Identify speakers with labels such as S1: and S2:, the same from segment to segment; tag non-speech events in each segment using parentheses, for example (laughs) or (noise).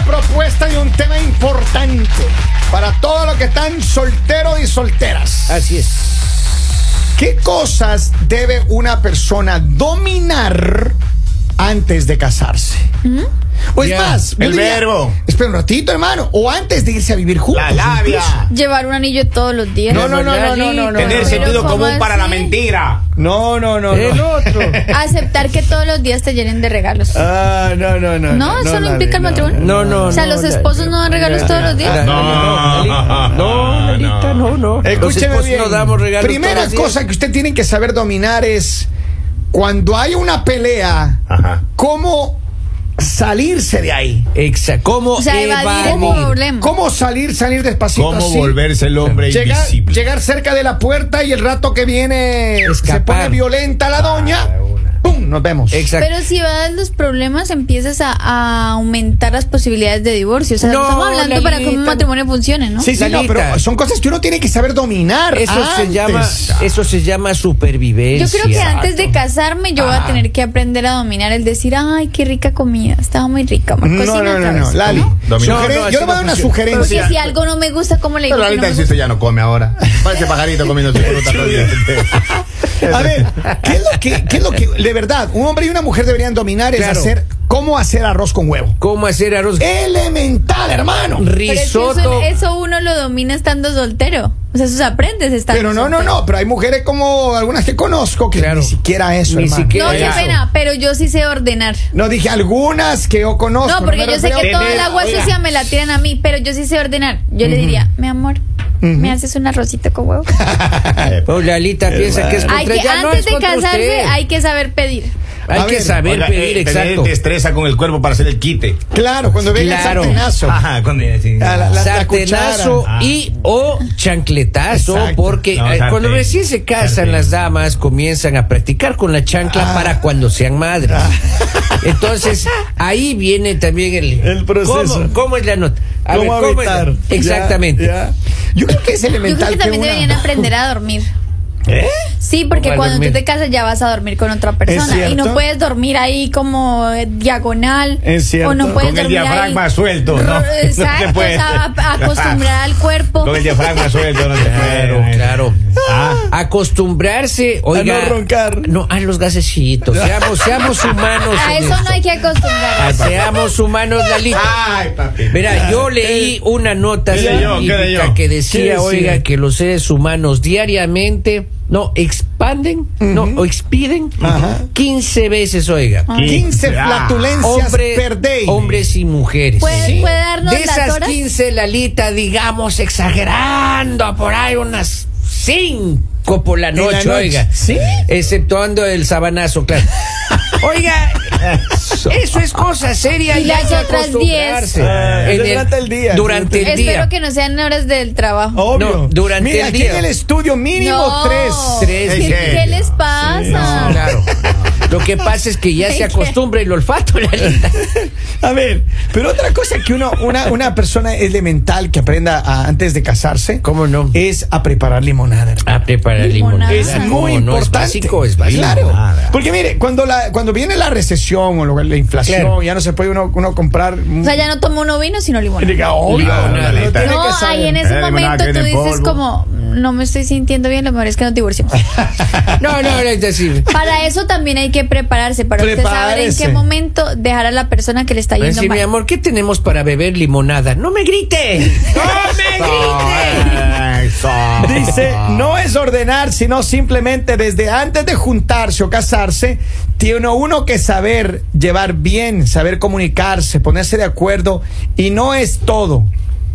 S1: propuesta de un tema importante para todos los que están solteros y solteras.
S2: Así es.
S1: ¿Qué cosas debe una persona dominar antes de casarse? O es
S2: Ya,
S1: más, yo
S3: el verbo.
S1: Espera un ratito, hermano. O antes de irse a vivir juntos.
S3: La labia.
S1: incluso.
S4: Llevar un anillo todos los días.
S1: No, no, no, no, no, no, no.
S3: Tener
S4: Pero
S3: sentido
S4: ¿cómo
S3: común para la
S4: así?
S3: mentira.
S1: No, no, no.
S2: El
S1: no.
S2: otro.
S4: Aceptar que todos los días te llenen de regalos.
S1: Ah, no, no, no.
S4: No, eso no implica el
S2: (laughs)
S4: matrimonio.
S2: No, no,
S4: O sea,
S2: no,
S4: los
S2: la-
S4: esposos no dan regalos todos los días.
S2: No, no, no, Lalita, no, no. Los
S1: Escúcheme
S2: esposos
S1: bien.
S2: no damos regalos
S1: Primera
S2: todos los días.
S1: cosa que usted tiene que saber dominar es cuando hay una pelea,
S3: Ajá.
S1: cómo salirse de ahí.
S2: Exacto. ¿Cómo
S4: O sea, evadir el
S2: evadir?
S4: problema.
S1: ¿Cómo salir, salir despacito
S3: ¿Cómo
S1: así?
S3: volverse el hombre
S1: Llegar,
S3: invisible?
S1: llegar cerca de la puerta y el rato que viene se
S2: Escapar. Ah,
S1: pone violenta la doña.
S3: de una.
S1: ¡Pum! Nos vemos.
S2: Exacto.
S4: Pero si vas los problemas, empiezas a, a aumentar las posibilidades de divorcio. O sea,
S2: No,
S4: estamos hablando para que un
S2: Lalita.
S4: matrimonio funcione, ¿no?
S1: Sí, sí, no,
S2: Lalita.
S1: pero son cosas que uno tiene que saber dominar.
S2: Eso se
S1: antes.
S2: llama eso se llama supervivencia.
S4: Yo creo que antes de casarme yo voy a tener que aprender a dominar el decir, ay, qué rica comida, estaba muy rica. Amor,
S1: No, no,
S4: cocina
S1: no,
S4: otra
S1: no, no,
S4: vez".
S1: Lali.
S4: ¿No?
S3: Dominar.
S1: sugeren-
S2: No, no, así
S1: yo le voy a dar una
S2: no funciona.
S1: sugerencia.
S4: Porque si algo no me gusta, ¿cómo le digo?
S3: Pero
S4: que no
S3: ahorita
S4: me
S3: sí
S4: gusta?
S3: usted ya no come ahora. Parece pajarito comiéndose fruta todo el día.
S1: A ver, ¿qué es lo que, qué es lo que, de verdad, un hombre y una mujer deberían dominar es
S2: Claro.
S1: hacer, cómo hacer arroz con huevo?
S2: cómo hacer arroz
S1: Elemental, hermano.
S4: Eh, Pero es que eso,
S2: risotto.
S4: eso uno lo domina estando soltero. O sea, eso se aprendes estando
S1: Pero no, no,
S4: soltero.
S1: no, pero hay mujeres como algunas que conozco que
S2: Claro.
S1: ni siquiera eso,
S2: Ni
S1: hermano.
S2: siquiera
S4: No, qué
S2: Eso.
S4: pena, pero yo sí sé ordenar.
S1: No dije algunas que yo conozco.
S4: No, porque
S1: me
S4: yo sé que
S1: refiero a-
S4: toda el agua
S3: oiga.
S4: sucia me la tiran a mí, pero yo sí sé ordenar. Yo le diría, mi amor, me haces un arrocito con huevo.
S2: Oh, Lalita piensa que es
S4: Hay
S2: contra
S4: que,
S2: ella. No,
S4: antes
S2: es
S4: de
S2: contra
S4: casarse,
S2: usted.
S4: hay que saber pedir.
S2: Hay
S1: A
S2: que
S1: ver,
S2: saber
S3: Oiga,
S2: pedir,
S3: eh, tener
S2: exacto.
S3: destreza con el cuerpo para hacer el quite.
S1: Claro, cuando venga
S2: Claro.
S1: el sartenazo.
S3: Ajá, cuando sí.
S1: A la-
S2: ¿Eh?
S1: la-
S2: Sartenazo
S3: cuchara.
S2: y o chancletazo,
S1: Exacto.
S2: porque
S3: No,
S2: eh,
S3: sartén.
S2: cuando recién se casan
S3: Sartén.
S2: las damas comienzan a practicar con la chancla
S1: Ah.
S2: para cuando sean madres. Entonces, ahí viene también el,
S1: El proceso.
S2: ¿Cómo, cómo es la nota? A
S1: ¿Cómo
S2: ver, ¿cómo es la-
S1: habitar?
S2: Exactamente.
S1: Ya, ya. Yo creo que es
S4: Yo creo
S1: elemental
S4: que también
S1: una-
S4: deberían aprender a dormir.
S3: ¿Eh?
S4: Sí, porque
S2: Para
S4: cuando
S2: dormir.
S4: tú te casas ya vas a dormir con otra
S1: Es
S4: persona
S1: cierto.
S4: y no puedes dormir ahí como eh, diagonal
S1: Es cierto.
S4: o no puedes
S3: Con el
S4: dormir
S3: diafragma
S4: ahí.
S3: suelto, ¿no? (laughs)
S4: Ro- Exacto,
S3: No se puede.
S4: o sea, a- acostumbrar al cuerpo.
S3: Con el diafragma suelto, no te
S2: Claro,
S3: puede.
S2: claro.
S3: Ah,
S2: Acostumbrarse, oiga,
S1: no roncar.
S2: No, a los gasecitos. Seamos,
S1: (laughs)
S2: seamos humanos.
S4: A
S2: en
S4: eso no
S2: esto.
S4: hay que acostumbrar.
S2: Seamos humanos, Lalita.
S3: Ay, papi.
S2: Mira, yo leí una nota
S3: ¿Qué leyó? ¿Qué
S2: científica
S3: leyó?
S2: que
S1: ¿Qué
S2: decía,
S1: decía?
S2: oiga, que los seres humanos diariamente no expanden, no o expiden
S1: Ajá.
S2: 15 veces, oiga.
S1: 15
S3: Ah.
S1: flatulencias
S2: Hombre-
S1: per day.
S2: hombres y mujeres.
S4: ¿Puede- puede darnos
S2: De
S4: las
S2: esas
S4: horas?
S2: 15, Lalita, digamos, exagerando, por ahí unas 5 por la
S1: la
S2: noche,
S1: noche.
S2: oiga.
S1: ¿Sí?
S2: Exceptuando el
S1: (laughs)
S2: sabanazo, claro. oiga, eso es cosa seria.
S4: Y
S2: ya hay
S4: las
S2: que
S4: otras 10.
S2: acostumbrarse.
S1: Ah, durante el día,
S2: Durante el día.
S4: Espero que no sean horas del trabajo.
S3: Oh,
S1: Obvio.
S2: No, durante
S1: Mira,
S2: el
S1: aquí
S2: día.
S1: en el estudio mínimo
S4: No.
S1: tres. (laughs)
S2: Tres.
S4: ¿Qué,
S3: Ejemplo.
S4: qué les pasa?
S2: No, claro. Lo que pasa es que ya
S4: (laughs)
S2: se acostumbra el olfato, Lalita.
S1: A ver, pero otra cosa que uno, una, una persona elemental que aprenda a- antes de casarse.
S2: ¿Cómo no?
S1: Es a preparar limonada. hermano.
S2: A preparar
S4: Limonada.
S2: Ah, limonada.
S1: Es
S4: Ah, Claro.
S1: muy
S2: ¿Cómo no?
S1: importante.
S2: Es básico, es básico.
S1: Claro.
S3: Limonada.
S1: Porque mire, cuando la cuando viene la recesión o lo- la inflación,
S2: Claro.
S1: ya no se puede uno, uno comprar.
S4: O sea, ya no tomo uno vino, sino limón.
S1: Diga, obvio,
S3: Limonada,
S1: lo
S3: Lalita.
S1: tiene que
S4: No,
S1: saber.
S4: ahí en ese
S3: Eh, limonada
S4: momento
S3: que
S4: tú
S3: viene en
S4: dices
S3: polvo.
S4: como, no me estoy sintiendo bien, lo mejor es que nos divorciemos.
S2: No, no, no es decir.
S4: Para eso también hay que prepararse, para usted saber en
S1: Prepárese.
S4: qué momento dejar a la persona que le está yendo
S2: Decir, mi
S4: mal.
S2: amor, ¿qué tenemos para beber limonada? ¡No me grite! ¡No me grite!
S3: Eso.
S1: Dice, no es ordenar, sino simplemente desde antes de juntarse o casarse, tiene uno que saber llevar bien, saber comunicarse, ponerse de acuerdo, y no es todo.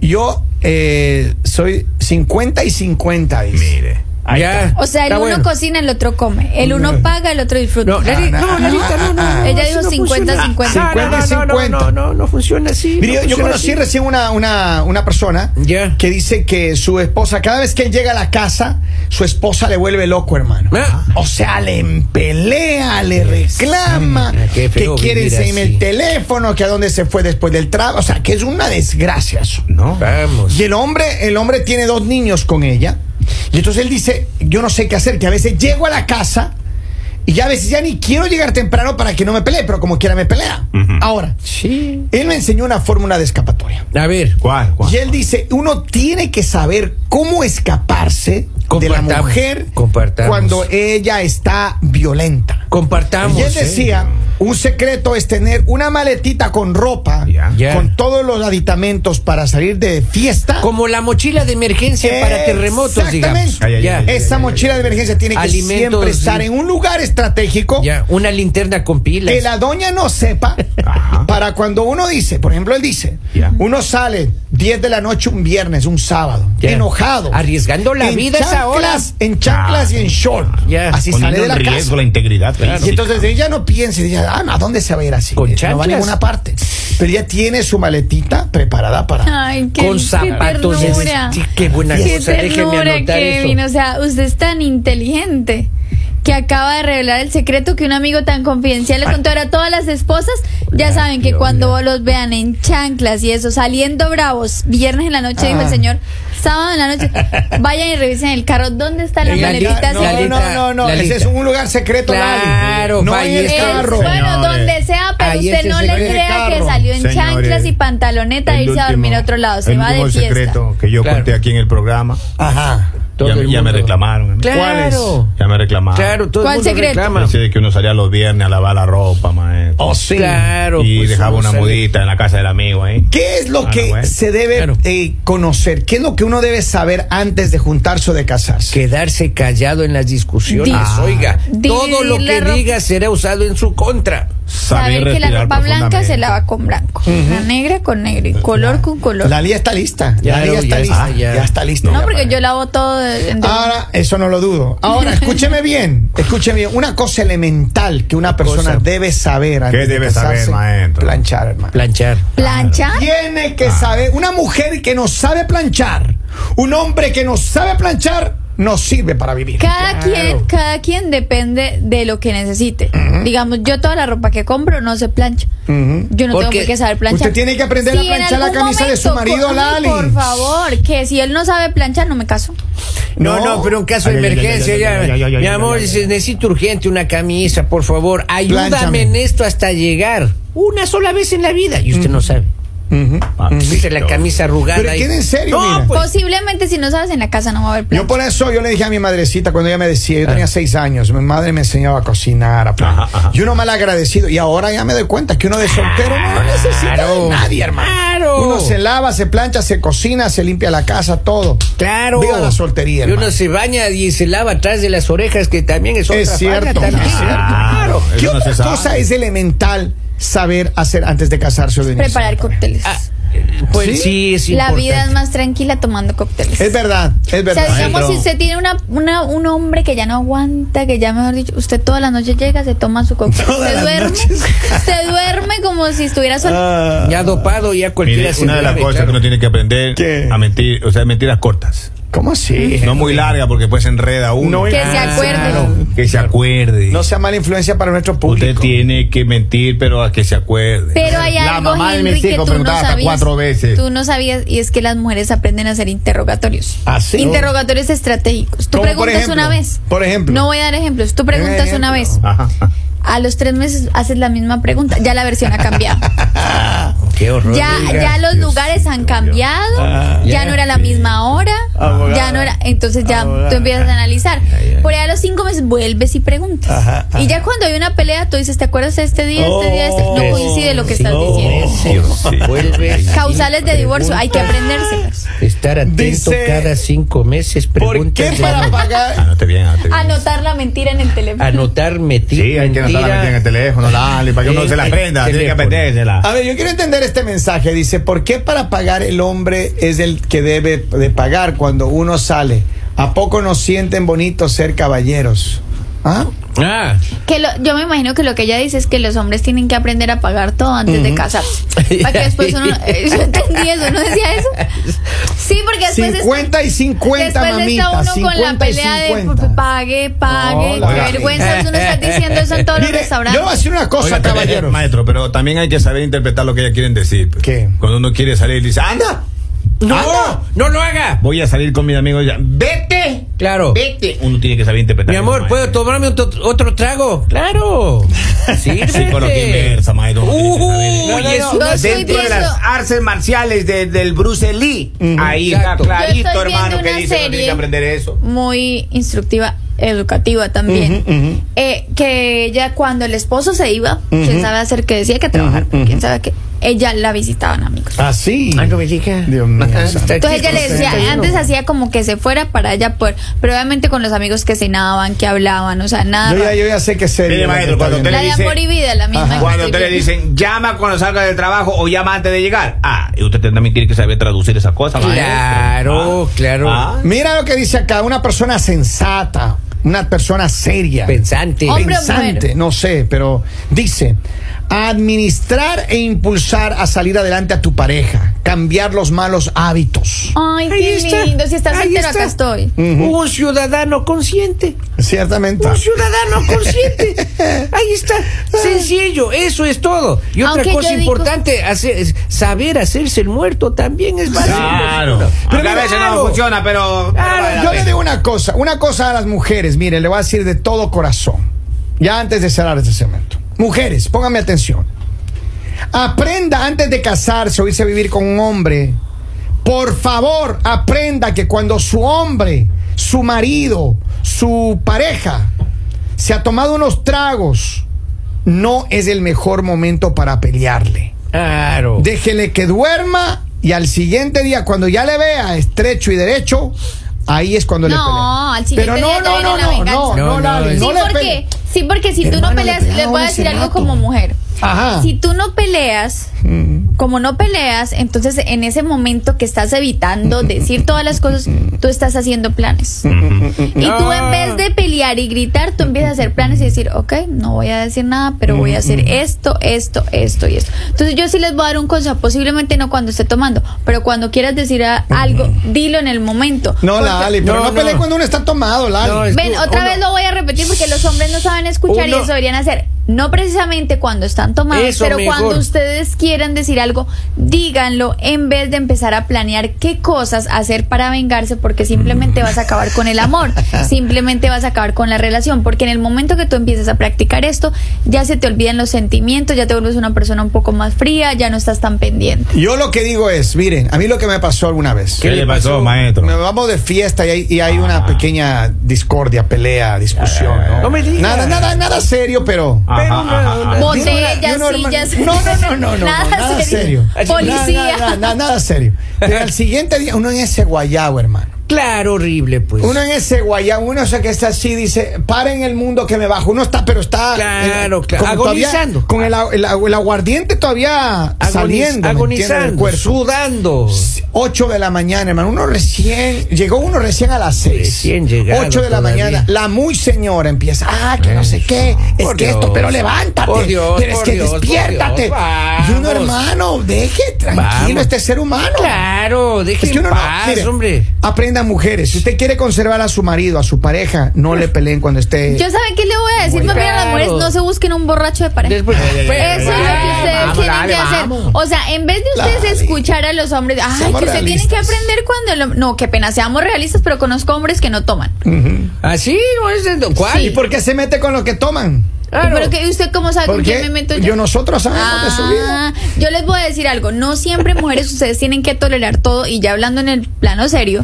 S1: Yo eh, soy 50 y 50, dice.
S3: Mire.
S2: Ahí Ya. está.
S4: O sea, el
S2: Está
S4: uno
S2: bueno.
S4: cocina, el otro come. El uno paga, el otro disfruta.
S2: No, Lali- no, Lalita, no, no, no.
S4: Ella
S2: así
S4: dijo
S2: no
S4: 50,
S2: funciona. Ah, No, no, no,
S4: 50.
S2: no, No, no, no, no funciona así.
S1: Mire,
S2: no
S1: yo
S2: funciona
S1: conocí
S2: así.
S1: recién una, una, una persona
S2: Ya.
S1: que dice que su esposa, cada vez que él llega a la casa, su esposa le vuelve loco, hermano.
S2: Ah.
S1: O sea, le empelea, le reclama,
S2: Mm, qué
S1: que
S2: feo
S1: quiere
S2: vivir
S1: en el
S2: así.
S1: teléfono, que a dónde se fue después del trabajo. O sea, que es una desgracia eso.
S3: No.
S2: Vamos.
S1: Y el hombre, el hombre tiene dos niños con ella. Y entonces él dice, yo no sé qué hacer, que a veces llego a la casa Y ya a veces ya ni quiero llegar temprano para que no me pelee, pero como quiera me pelea.
S3: Ujú.
S1: Ahora,
S2: Sí.
S1: él me enseñó una fórmula de escapatoria.
S2: A ver.
S3: ¿Cuál? cuál?
S1: Y él dice, uno tiene que saber cómo escaparse de la
S2: Compartamos,
S1: mujer
S2: compartamos.
S1: cuando ella está violenta.
S2: Compartamos.
S1: Y él
S2: ¿eh?
S1: decía, un secreto es tener una maletita con ropa,
S3: Ya.
S2: Ya.
S1: con todos los aditamentos para salir de fiesta.
S2: Como la mochila de emergencia para terremotos, digamos.
S1: Exactamente.
S3: Ay, ay, ay.
S2: Ya.
S1: Esa mochila de emergencia tiene que
S2: Alimentos,
S1: siempre estar
S2: sí.
S1: en un lugar estratégico
S2: Ya. Una linterna con pilas.
S1: que la doña no sepa
S3: Ajá.
S1: para cuando uno dice, por ejemplo, él dice,
S3: Ya.
S1: uno sale 10 de la noche un viernes, un sábado,
S2: Ya.
S1: enojado.
S2: Arriesgando la
S1: en
S2: vida a esa hora.
S1: chanclas- En chanclas y en short.
S2: Ya.
S1: Así
S3: Poniendo
S1: sale de la
S3: en riesgo
S1: casa.
S3: la integridad.
S1: Y entonces ella no piensa, ella, ah, ¿a dónde se va a ir así? Eh,
S2: Con
S1: no va a
S2: chanclas.
S1: ninguna parte. Pero ella tiene su maletita preparada para.
S4: Ay, qué,
S2: con
S4: qué
S2: zapatos. de-
S4: ternura.
S2: Sí, qué buena
S4: Qué
S2: cosa. Déjeme
S4: ternura,
S2: anotar
S4: Kevin.
S2: eso.
S4: O sea, usted es tan inteligente que acaba de revelar el secreto que un amigo tan confidencial le contó ahora a todas las esposas. Ya saben que
S2: Ah. Dios,
S4: cuando los vean en chanclas y eso, saliendo bravos, viernes en la noche, dijo
S1: Ah.
S4: el señor, sábado en
S2: (laughs)
S4: la noche, vayan y revisen el carro. ¿Dónde está la
S2: En la
S4: maletita?
S2: lista,
S1: Eh, no,
S4: señor?
S1: no,
S2: Lalita,
S1: no, no, ese
S2: Lalita.
S1: es un lugar secreto, Lali.
S2: Claro,
S1: no
S2: vaya,
S1: en el
S4: Es-
S2: está-
S1: carro.
S4: Eh, bueno,
S3: Señores.
S4: donde sea, pero
S2: Ahí
S4: usted
S2: ese
S4: no le
S2: secreto.
S4: crea que
S1: Carro.
S4: salió en
S3: Señores,
S4: chanclas y pantaloneta e irse a dormir a otro lado. Se
S3: el
S4: va de
S3: último
S4: fiesta.
S3: secreto que yo
S2: Claro.
S3: conté aquí en el programa.
S1: Ajá.
S2: Todo
S3: ya,
S2: el
S3: ya me
S2: mundo.
S3: reclamaron. a mí.
S2: Claro. ¿Cuál es?
S3: Ya me reclamaron.
S2: Claro, todo
S4: ¿Cuál
S2: el mundo
S4: secreto?
S2: reclama.
S3: Dice que uno salía los viernes a lavar la ropa, eh. maestro.
S1: Oh, sí.
S2: Claro.
S3: y
S2: pues,
S3: dejaba
S2: uno
S3: una
S2: sale-
S3: mudita en la casa del amigo ahí.
S1: ¿Qué es lo
S3: Ah,
S1: que
S3: bueno.
S1: se debe
S2: Claro.
S1: eh, conocer? ¿Qué es lo que uno debe saber antes de juntarse o de casarse?
S2: Quedarse callado en las discusiones.
S4: Di-
S2: Oiga,
S4: Dividir
S2: todo lo
S4: la
S2: que
S4: ropa.
S2: diga será usado en su contra.
S4: Saber que la
S3: respirar
S4: ropa blanca
S3: profundamente.
S4: se lava con blanco, la negra con negro y color con color.
S1: La Lía está lista.
S2: Ya,
S1: la Lía
S2: ya
S1: está
S2: está,
S1: lista.
S2: ya.
S1: ya. está lista.
S4: no, porque yo lavo todo. de-
S1: Ah,
S4: de-
S1: Ahora, eso no lo dudo. Ahora,
S3: (laughs)
S1: escúcheme bien, escúcheme bien. Una cosa elemental que una persona
S2: cosa?
S1: debe saber antes
S3: ¿Qué
S1: de
S3: debe saber,
S1: casarse,
S3: maestro? Ah.
S1: Planchar, hermano.
S2: Planchar.
S4: plancha.
S1: Tiene que saber, una mujer que no sabe planchar, un hombre que no sabe planchar, no sirve para vivir.
S4: Cada
S2: Claro.
S4: quien, cada quien depende de lo que necesite. Digamos, yo toda la ropa que compro no se plancha. Yo no
S2: Porque
S4: tengo que saber planchar.
S1: usted tiene que aprender a
S4: en
S1: planchar la
S4: algún
S1: camisa de su marido,
S4: por-
S1: Lali.
S4: Por favor, que si él no sabe planchar, no me caso.
S2: No, no, pero en caso de
S3: Ay, ay, ay,
S2: emergencia,
S3: ay, ay, ay, ay,
S2: ya.
S3: ay, ay,
S2: Mi
S3: ay,
S2: amor,
S3: ay, ay,
S2: dices,
S3: ay.
S2: necesito urgente una camisa, por favor. Ayúdame
S1: Plánchame.
S2: en esto hasta llegar. Una sola vez en la vida. Y usted no sabe.
S1: Ujú.
S3: Ah,
S2: Viste la camisa arrugada.
S1: Pero
S2: ahí.
S1: ¿quién en serio,
S2: No,
S1: mira?
S2: pues,
S4: Posiblemente si no sabes en la casa no va a haber
S1: Yo
S4: plancha.
S1: por eso yo le dije a mi madrecita cuando ella me decía, yo tenía seis años, mi madre me enseñaba a cocinar, a planchar.
S3: Ah. Ajá, ajá.
S1: Y uno mal agradecido. Y ahora ya me doy cuenta que uno de soltero no necesita
S2: Claro.
S1: de nadie, hermano.
S2: Claro.
S1: Uno se lava, se plancha, se cocina, se limpia la casa, todo.
S2: Claro.
S1: Viva la soltería,
S2: Y uno
S1: hermano.
S2: se baña y se lava atrás de las orejas, que también es otra
S1: Es cierto,
S2: falla también.
S1: es cierto.
S2: Claro.
S3: Eso
S1: ¿Qué
S3: no
S1: otra
S3: se sabe.
S1: cosa es elemental saber hacer antes de casarse o de iniciar?
S4: Preparar cócteles.
S2: Ah, pues sí, es
S4: la
S2: importante.
S4: vida es más tranquila tomando cócteles.
S1: Es verdad, es
S4: O sea,
S1: verdad.
S4: digamos,
S3: Maestro.
S4: si usted tiene una, una- un hombre que ya no aguanta, que ya, mejor dicho, usted todas las noches llega, se toma su cóctel,
S1: Todas
S4: se
S1: las
S4: duerme,
S1: noches.
S4: (laughs) se duerme como si estuviera sol.
S1: Ah,
S2: Ya dopado, ya cualquiera
S3: Mire,
S2: se
S3: una de las
S2: mueve,
S3: cosas
S2: claro.
S3: que uno tiene que aprender
S1: ¿Qué?
S3: a mentir, o sea, mentiras cortas.
S1: ¿Cómo así?
S3: No muy largas porque pues enreda uno.
S1: Eh, No,
S4: que se
S2: Ah,
S4: acuerde.
S2: claro.
S3: que se acuerde.
S1: No sea mala influencia para nuestro público.
S3: Usted tiene que mentir, pero a que se acuerde.
S4: Pero hay
S3: La
S4: algo,
S3: mamá de
S4: Henry,
S3: mis
S4: que
S3: hijos
S4: tú no
S3: preguntaba hasta
S4: sabías.
S3: cuatro veces.
S4: Tú no sabías, y es que las mujeres aprenden a hacer interrogatorios.
S1: ¿Ah, sí?
S4: Interrogatorios estratégicos. Tú
S1: Como por
S4: preguntas
S1: ejemplo,
S4: una vez.
S1: por ejemplo.
S4: No voy a dar ejemplos. Tú preguntas una vez.
S3: Ajá.
S4: A los tres meses haces la misma pregunta. Ya la versión ha cambiado.
S2: Qué horror.
S4: Ya,
S2: oiga.
S4: ya los
S3: Dios
S4: lugares han
S3: mío.
S4: cambiado, ya,
S2: ya.
S4: no era la misma hora,
S1: Abogada.
S4: ya no era, entonces ya
S1: Abogada.
S4: tú empiezas a analizar.
S3: Ay, ay.
S4: Por ahí a los cinco meses vuelves y preguntas.
S1: Ajá, ajá.
S4: Y ya cuando hay una pelea, tú dices, ¿te acuerdas de este día, este día, este? No
S2: Oh,
S4: coincide lo que
S2: sí, Oh.
S4: estás
S2: no.
S4: diciendo.
S3: Dios, sí. (laughs)
S2: Vuelve.
S4: Causales de divorcio, hay que aprendérselas.
S2: Estar atento
S1: Dice-
S2: cada cinco meses.
S1: ¿Por qué
S2: Preguntas de-
S1: para pagar?
S3: Anote bien,
S2: Ah,
S3: anote bien.
S4: Anotar la mentira en el teléfono.
S2: Anotar meti-
S3: Sí, hay que
S2: mentira. Eh,
S3: anotarla metida en el teléfono, dale, para que uno
S2: Sí,
S3: se la
S2: el
S3: aprenda, tiene que
S2: teléfono.
S1: A
S3: aprendérsela.
S1: ver, yo quiero entender este mensaje. Dice, ¿por qué para pagar el hombre es el que debe de pagar cuando uno sale? ¿A poco nos sienten bonitos ser caballeros? ¿Ah?
S2: Ah,
S4: Que lo- yo me imagino que lo que ella dice es que los hombres tienen que aprender a pagar todo antes de casarse. Para que después uno. (laughs) eh, yo entendí eso, ¿no decía eso? Sí, porque después. es-
S1: 50 y 50,
S4: después
S1: mamita.
S4: está uno con
S1: 50
S4: la
S1: y
S4: pelea de
S1: 50.
S4: p- pague, pague.
S1: Hola.
S4: qué vergüenza, uno está diciendo eso en todos los
S1: Mire, yo
S4: restaurantes.
S1: voy a decir una cosa,
S3: Oiga, pero-
S5: eh,
S1: caballeros.
S3: Maestro, pero también hay que saber interpretar lo que ellas quieren decir. pues.
S1: ¿Qué?
S3: Cuando uno quiere salir, dice, anda.
S2: No,
S3: Ah,
S2: no lo haga.
S3: Voy a salir con mis amigos ya. ¡Vete!
S2: Claro.
S3: ¡Vete! Uno tiene que saber interpretar.
S2: Mi amor, ¿puedo
S3: maestro.
S2: tomarme otro, otro trago?
S3: (laughs)
S2: Claro. Sí,
S3: Psicología inversa, maestro. Uno tiene que saber.
S2: Uy,
S5: No, no,
S2: es
S5: no.
S2: una-
S4: No, estoy
S5: Dentro de
S4: viendo-
S5: las artes marciales de- del Bruce Lee, ahí
S2: Exacto.
S5: está
S4: Yo
S5: clarito,
S4: estoy
S5: hermano,
S4: viendo
S5: que
S4: una
S5: dice no tiene
S4: serie.
S5: que aprender eso.
S4: muy instructiva, educativa también. Eh, que ella cuando el esposo se iba, quién sabe hacer qué decía que trabajar, quién sabe que ella la visitaban amigos.
S1: Así.
S2: Ah, no me diga.
S1: Dios mío,
S2: Ah,
S1: santo.
S2: está aquí
S4: Entonces ella
S2: con
S4: le decía,
S2: 61.
S4: antes hacía como que se fuera para allá por, pero obviamente con los amigos que cenaban, que hablaban, o sea, nada.
S1: Yo ya, yo ya sé que es serio.
S5: Mire,
S1: lo que
S5: maestro,
S1: está
S5: cuando
S1: viendo.
S5: usted
S4: la de
S5: dice-
S4: amor y vida, la misma. que
S5: Cuando a
S4: estoy
S5: usted le
S4: viendo.
S5: dicen llama cuando salga del trabajo o llama antes de llegar, ah, y usted también tiene que saber traducir esas cosas. maestro.
S2: Claro,
S5: Ah,
S2: claro.
S5: ah.
S1: Mira lo que dice acá, una persona sensata, una persona seria.
S2: Pensante.
S4: Hombre. o
S1: Pensante,
S4: mujer.
S1: no sé, pero dice, administrar e impulsar a salir adelante a tu pareja, cambiar los malos hábitos.
S4: Ay,
S2: Ahí
S4: qué
S2: está,
S4: lindo. Si estás
S2: ahí
S4: soltero,
S2: está.
S4: acá estoy.
S1: Mm,
S2: Un ciudadano consciente.
S1: Ciertamente.
S2: Un ciudadano consciente.
S1: (laughs)
S2: Ahí está. Sencillo. Eso es todo. Y otra
S4: Aunque
S2: cosa
S4: yo digo-
S2: importante, hacer- es saber hacerse el muerto también es básico.
S5: Claro.
S2: Pero
S5: Aunque a veces
S2: claro.
S5: no funciona, pero.
S3: Ah,
S2: Claro,
S5: pero vale la
S1: Yo le
S5: pena.
S1: digo una cosa, una cosa a las mujeres, mire, le voy a decir de todo corazón, ya antes de cerrar este segmento. Mujeres, pónganme atención. Aprenda antes de casarse o irse a vivir con un hombre. Por favor, aprenda que cuando su hombre, su marido, su pareja se ha tomado unos tragos, no es el mejor momento para pelearle.
S2: Claro.
S1: Déjele que duerma y al siguiente día, cuando ya le vea estrecho y derecho, ahí es cuando le
S4: No,
S1: pelea.
S4: al siguiente
S1: Pero no,
S4: día te
S1: no,
S4: viene
S1: no,
S4: la
S1: no, no, no,
S4: venganza.
S2: No,
S1: Lali,
S2: no,
S1: no
S4: sí,
S1: le
S4: porque,
S1: pele-
S4: sí, porque si tú no
S1: Hermano, le
S4: peleas, le
S1: pegaba
S4: voy a
S1: ese
S4: decir algo
S1: rato. Ah.
S4: como mujer.
S1: Ajá.
S4: Si tú no peleas,
S1: Mm.
S4: como no peleas, entonces en ese momento que estás evitando decir todas las cosas, tú estás haciendo planes. Y tú en vez de pelear y gritar, tú empiezas a hacer planes y decir, ok, no voy a decir nada, pero voy a hacer esto, esto, esto y esto. Entonces yo sí les voy a dar un consejo, posiblemente no cuando esté tomando, pero cuando quieras decir a- algo, dilo en el momento.
S1: No,
S4: Porque-
S1: Lali, pero no,
S2: No,
S1: pelee
S2: no.
S1: cuando uno está tomado, Lali.
S2: No, es-
S4: Ven,
S2: tú,
S4: otra
S1: oh,
S2: uno-
S4: vez lo voy a repetir porque los hombres no saben escuchar y
S2: Uno-
S4: eso deberían hacer. No precisamente cuando están tomados,
S2: Eso
S4: pero
S2: mejor.
S4: cuando ustedes quieran decir algo, díganlo en vez de empezar a planear qué cosas hacer para vengarse, porque simplemente vas a acabar con
S1: (laughs)
S4: el amor, simplemente vas a acabar con la relación, porque en el momento que tú empiezas a practicar esto, ya se te olvidan los sentimientos, ya te vuelves una persona un poco más fría, ya no estás tan pendiente.
S1: Yo lo que digo es, miren, a mí lo que me pasó alguna vez.
S5: ¿Qué le pasó, maestro?
S1: Me vamos de fiesta y hay, y hay una pequeña discordia, pelea, discusión.
S5: Ah.
S1: ¿no?
S2: Ah. Eh, No me digas. Ah,
S1: Nada, nada, nada serio, pero.
S5: Ajá,
S2: Pero
S5: ajá,
S2: una-
S5: ajá.
S2: una-
S1: Yo no era-
S4: Botellas,
S1: Ah, yo no era hermano.
S4: sillas.
S1: No, no, no, no, no,
S4: (laughs) Nada
S1: no, nada
S4: serio.
S1: Nada,
S4: Policía.
S1: nada, nada, nada serio. Pero al siguiente día, uno en ese guayabo, hermano.
S2: Claro, horrible, pues.
S1: Uno en ese guayabo, uno o sea, que está así, dice, paren el mundo que me bajo. Uno está, pero está.
S2: Claro,
S1: eh,
S2: claro,
S1: como todavía-
S2: agonizando.
S1: Con el, el- el aguardiente todavía
S2: Agoniz-
S1: saliendo. ¿me entiendes? del
S2: agonizando,
S1: cuerpo.
S2: sudando.
S1: 8 de la mañana, hermano. Uno recién, llegó uno recién a las 6.
S2: Recién llegado
S1: 8 de la
S2: todavía.
S1: mañana. La muy señora empieza. Ah, que no sé qué. Es
S2: Por
S1: que esto,
S2: Dios.
S1: pero levántate.
S2: Por Dios,
S1: pero es
S2: por
S1: que
S2: Dios, por
S1: despiértate.
S2: Dios.
S1: y uno,
S2: Vamos.
S1: hermano, deje tranquilo
S2: Vamos.
S1: este ser humano.
S2: Claro,
S1: Es que
S2: déjenme
S1: uno no-
S2: paz,
S1: mire,
S2: hombre.
S1: Aprenda, mujeres. Si usted quiere conservar a su marido, a su pareja, no le peleen cuando esté.
S4: Yo saben qué le voy a decir
S2: Muy
S4: más bien a las
S2: claro.
S4: mujeres, no se busquen un borracho de pareja.
S2: Después- pues,
S4: Eso es lo que ustedes
S5: vamos,
S4: tienen
S5: dale,
S4: que hacer.
S5: vamos.
S4: O sea, en vez de ustedes
S1: Dale.
S4: escuchar a los hombres, ay,
S1: Seamos
S4: que usted tiene que
S1: realistas.
S4: aprender cuando el hom- no, que pena, seamos realistas, pero conozco hombres que no toman.
S2: Así no es de- ¿Cuál?
S1: ¿Y por qué se mete con lo que toman?
S2: Claro.
S4: Pero que usted cómo sabe con
S1: Porque
S4: quién me meto
S1: yo, nosotros sabemos de su vida.
S4: Ah, Yo les voy a decir algo, no siempre mujeres ustedes tienen que tolerar todo y ya hablando en el plano serio,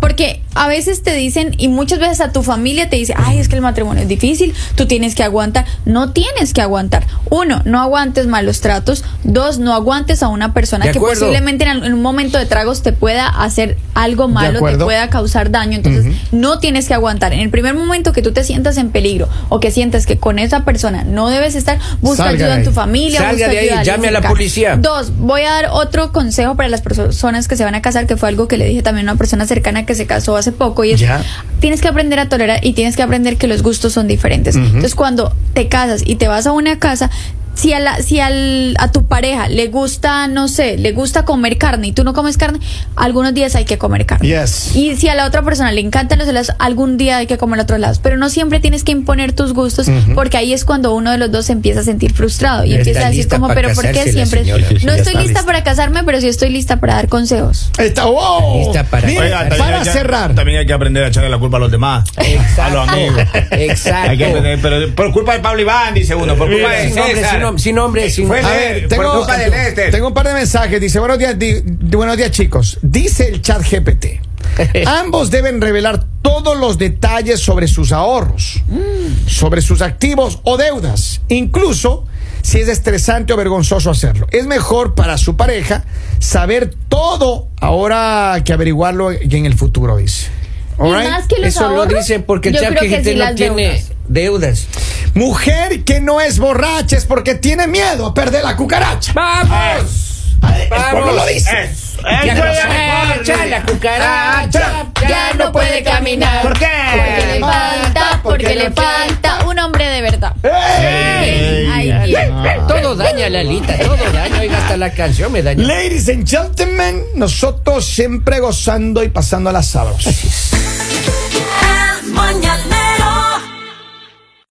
S4: porque a veces te dicen y muchas veces a tu familia te dice, ay, es que el matrimonio es difícil, tú tienes que aguantar, no tienes que aguantar. Uno, no aguantes malos tratos, dos, no aguantes a una persona
S2: De
S4: que
S2: acuerdo.
S4: posiblemente en, al- en un momento de tragos te pueda hacer algo malo, te
S1: acuerdo.
S4: pueda causar daño, entonces no tienes que aguantar. En el primer momento que tú te sientas en peligro o que sientas que con esa persona no debes estar, busca
S1: Salga de
S4: ayuda en tu
S1: ahí.
S4: familia familia,
S2: Salga
S4: busca
S2: de ahí,
S4: ayuda,
S2: llame a la
S4: Jessica.
S2: policía.
S4: Dos, voy a dar otro consejo para las personas que se van a casar, que fue algo que le dije también a una persona cercana que se casó hace poco, y es,
S1: Ya.
S4: tienes que aprender a tolerar y tienes que aprender que los gustos son diferentes. Entonces, cuando te casas y te vas a una casa, si, a, la- si al- a tu pareja le gusta, no sé, le gusta comer carne y tú no comes carne, algunos días hay que comer carne.
S1: Yes.
S4: Y si a la otra persona le encantan los helados, algún día hay que comer otros helados. Pero no siempre tienes que imponer tus gustos, porque ahí es cuando uno de los dos se empieza a sentir frustrado y
S2: No
S4: empieza
S2: está
S4: a decir
S2: lista
S4: como,
S2: para
S4: pero ¿por qué
S2: casarse la
S4: siempre?
S2: señora. Sí, sí,
S4: No
S2: ya
S4: estoy
S2: está
S4: lista
S2: lista.
S4: para casarme, pero sí estoy lista para dar consejos.
S1: Está, wow.
S2: Lista para-
S1: Mire,
S2: Oiga,
S1: para cerrar.
S5: También hay que aprender a echarle la culpa a los demás. A los amigos.
S2: Exacto.
S5: Hay que aprender, pero por culpa de Pablo Iván, dice uno. Por culpa de
S2: Sin nombre, sin
S5: César.
S2: nombre, sin nombre, sin
S5: Fue
S1: A
S2: nombre.
S5: Néstor,
S1: ver,
S5: por
S1: tengo,
S5: culpa de Néstor.
S1: tengo un par de mensajes. Dice, buenos días, di- buenos días chicos. Dice el chat GPT. Ambos deben revelar todos los detalles sobre sus ahorros, sobre sus activos o deudas, incluso si es estresante o vergonzoso hacerlo. Es mejor para su pareja saber todo ahora que averiguarlo y en el futuro, dice.
S4: Y
S1: Alright.
S4: más que los
S2: Eso lo
S4: ahorros,
S2: dice porque el
S4: yo
S2: chat
S4: creo que
S2: GPT
S4: sí
S2: no
S4: las
S2: tiene
S4: deudas.
S2: deudas.
S1: Mujer que no es borracha es porque tiene miedo a perder la cucaracha.
S2: ¡Vamos!
S1: El pueblo lo dice.
S5: Eso,
S2: Ya
S5: eso
S2: no
S5: es
S2: se
S5: mejor.
S2: marcha la cucaracha,
S4: Ya no puede caminar.
S5: ¿Por qué?
S4: Porque le falta, porque le falta un hombre de verdad.
S1: ¡Ey!
S4: Ay,
S5: Ay,
S4: Dios.
S2: Todo daña la Lita, todo daña. Oiga, hasta la canción me daña.
S1: Ladies and gentlemen, nosotros siempre gozando y pasando a las sabros.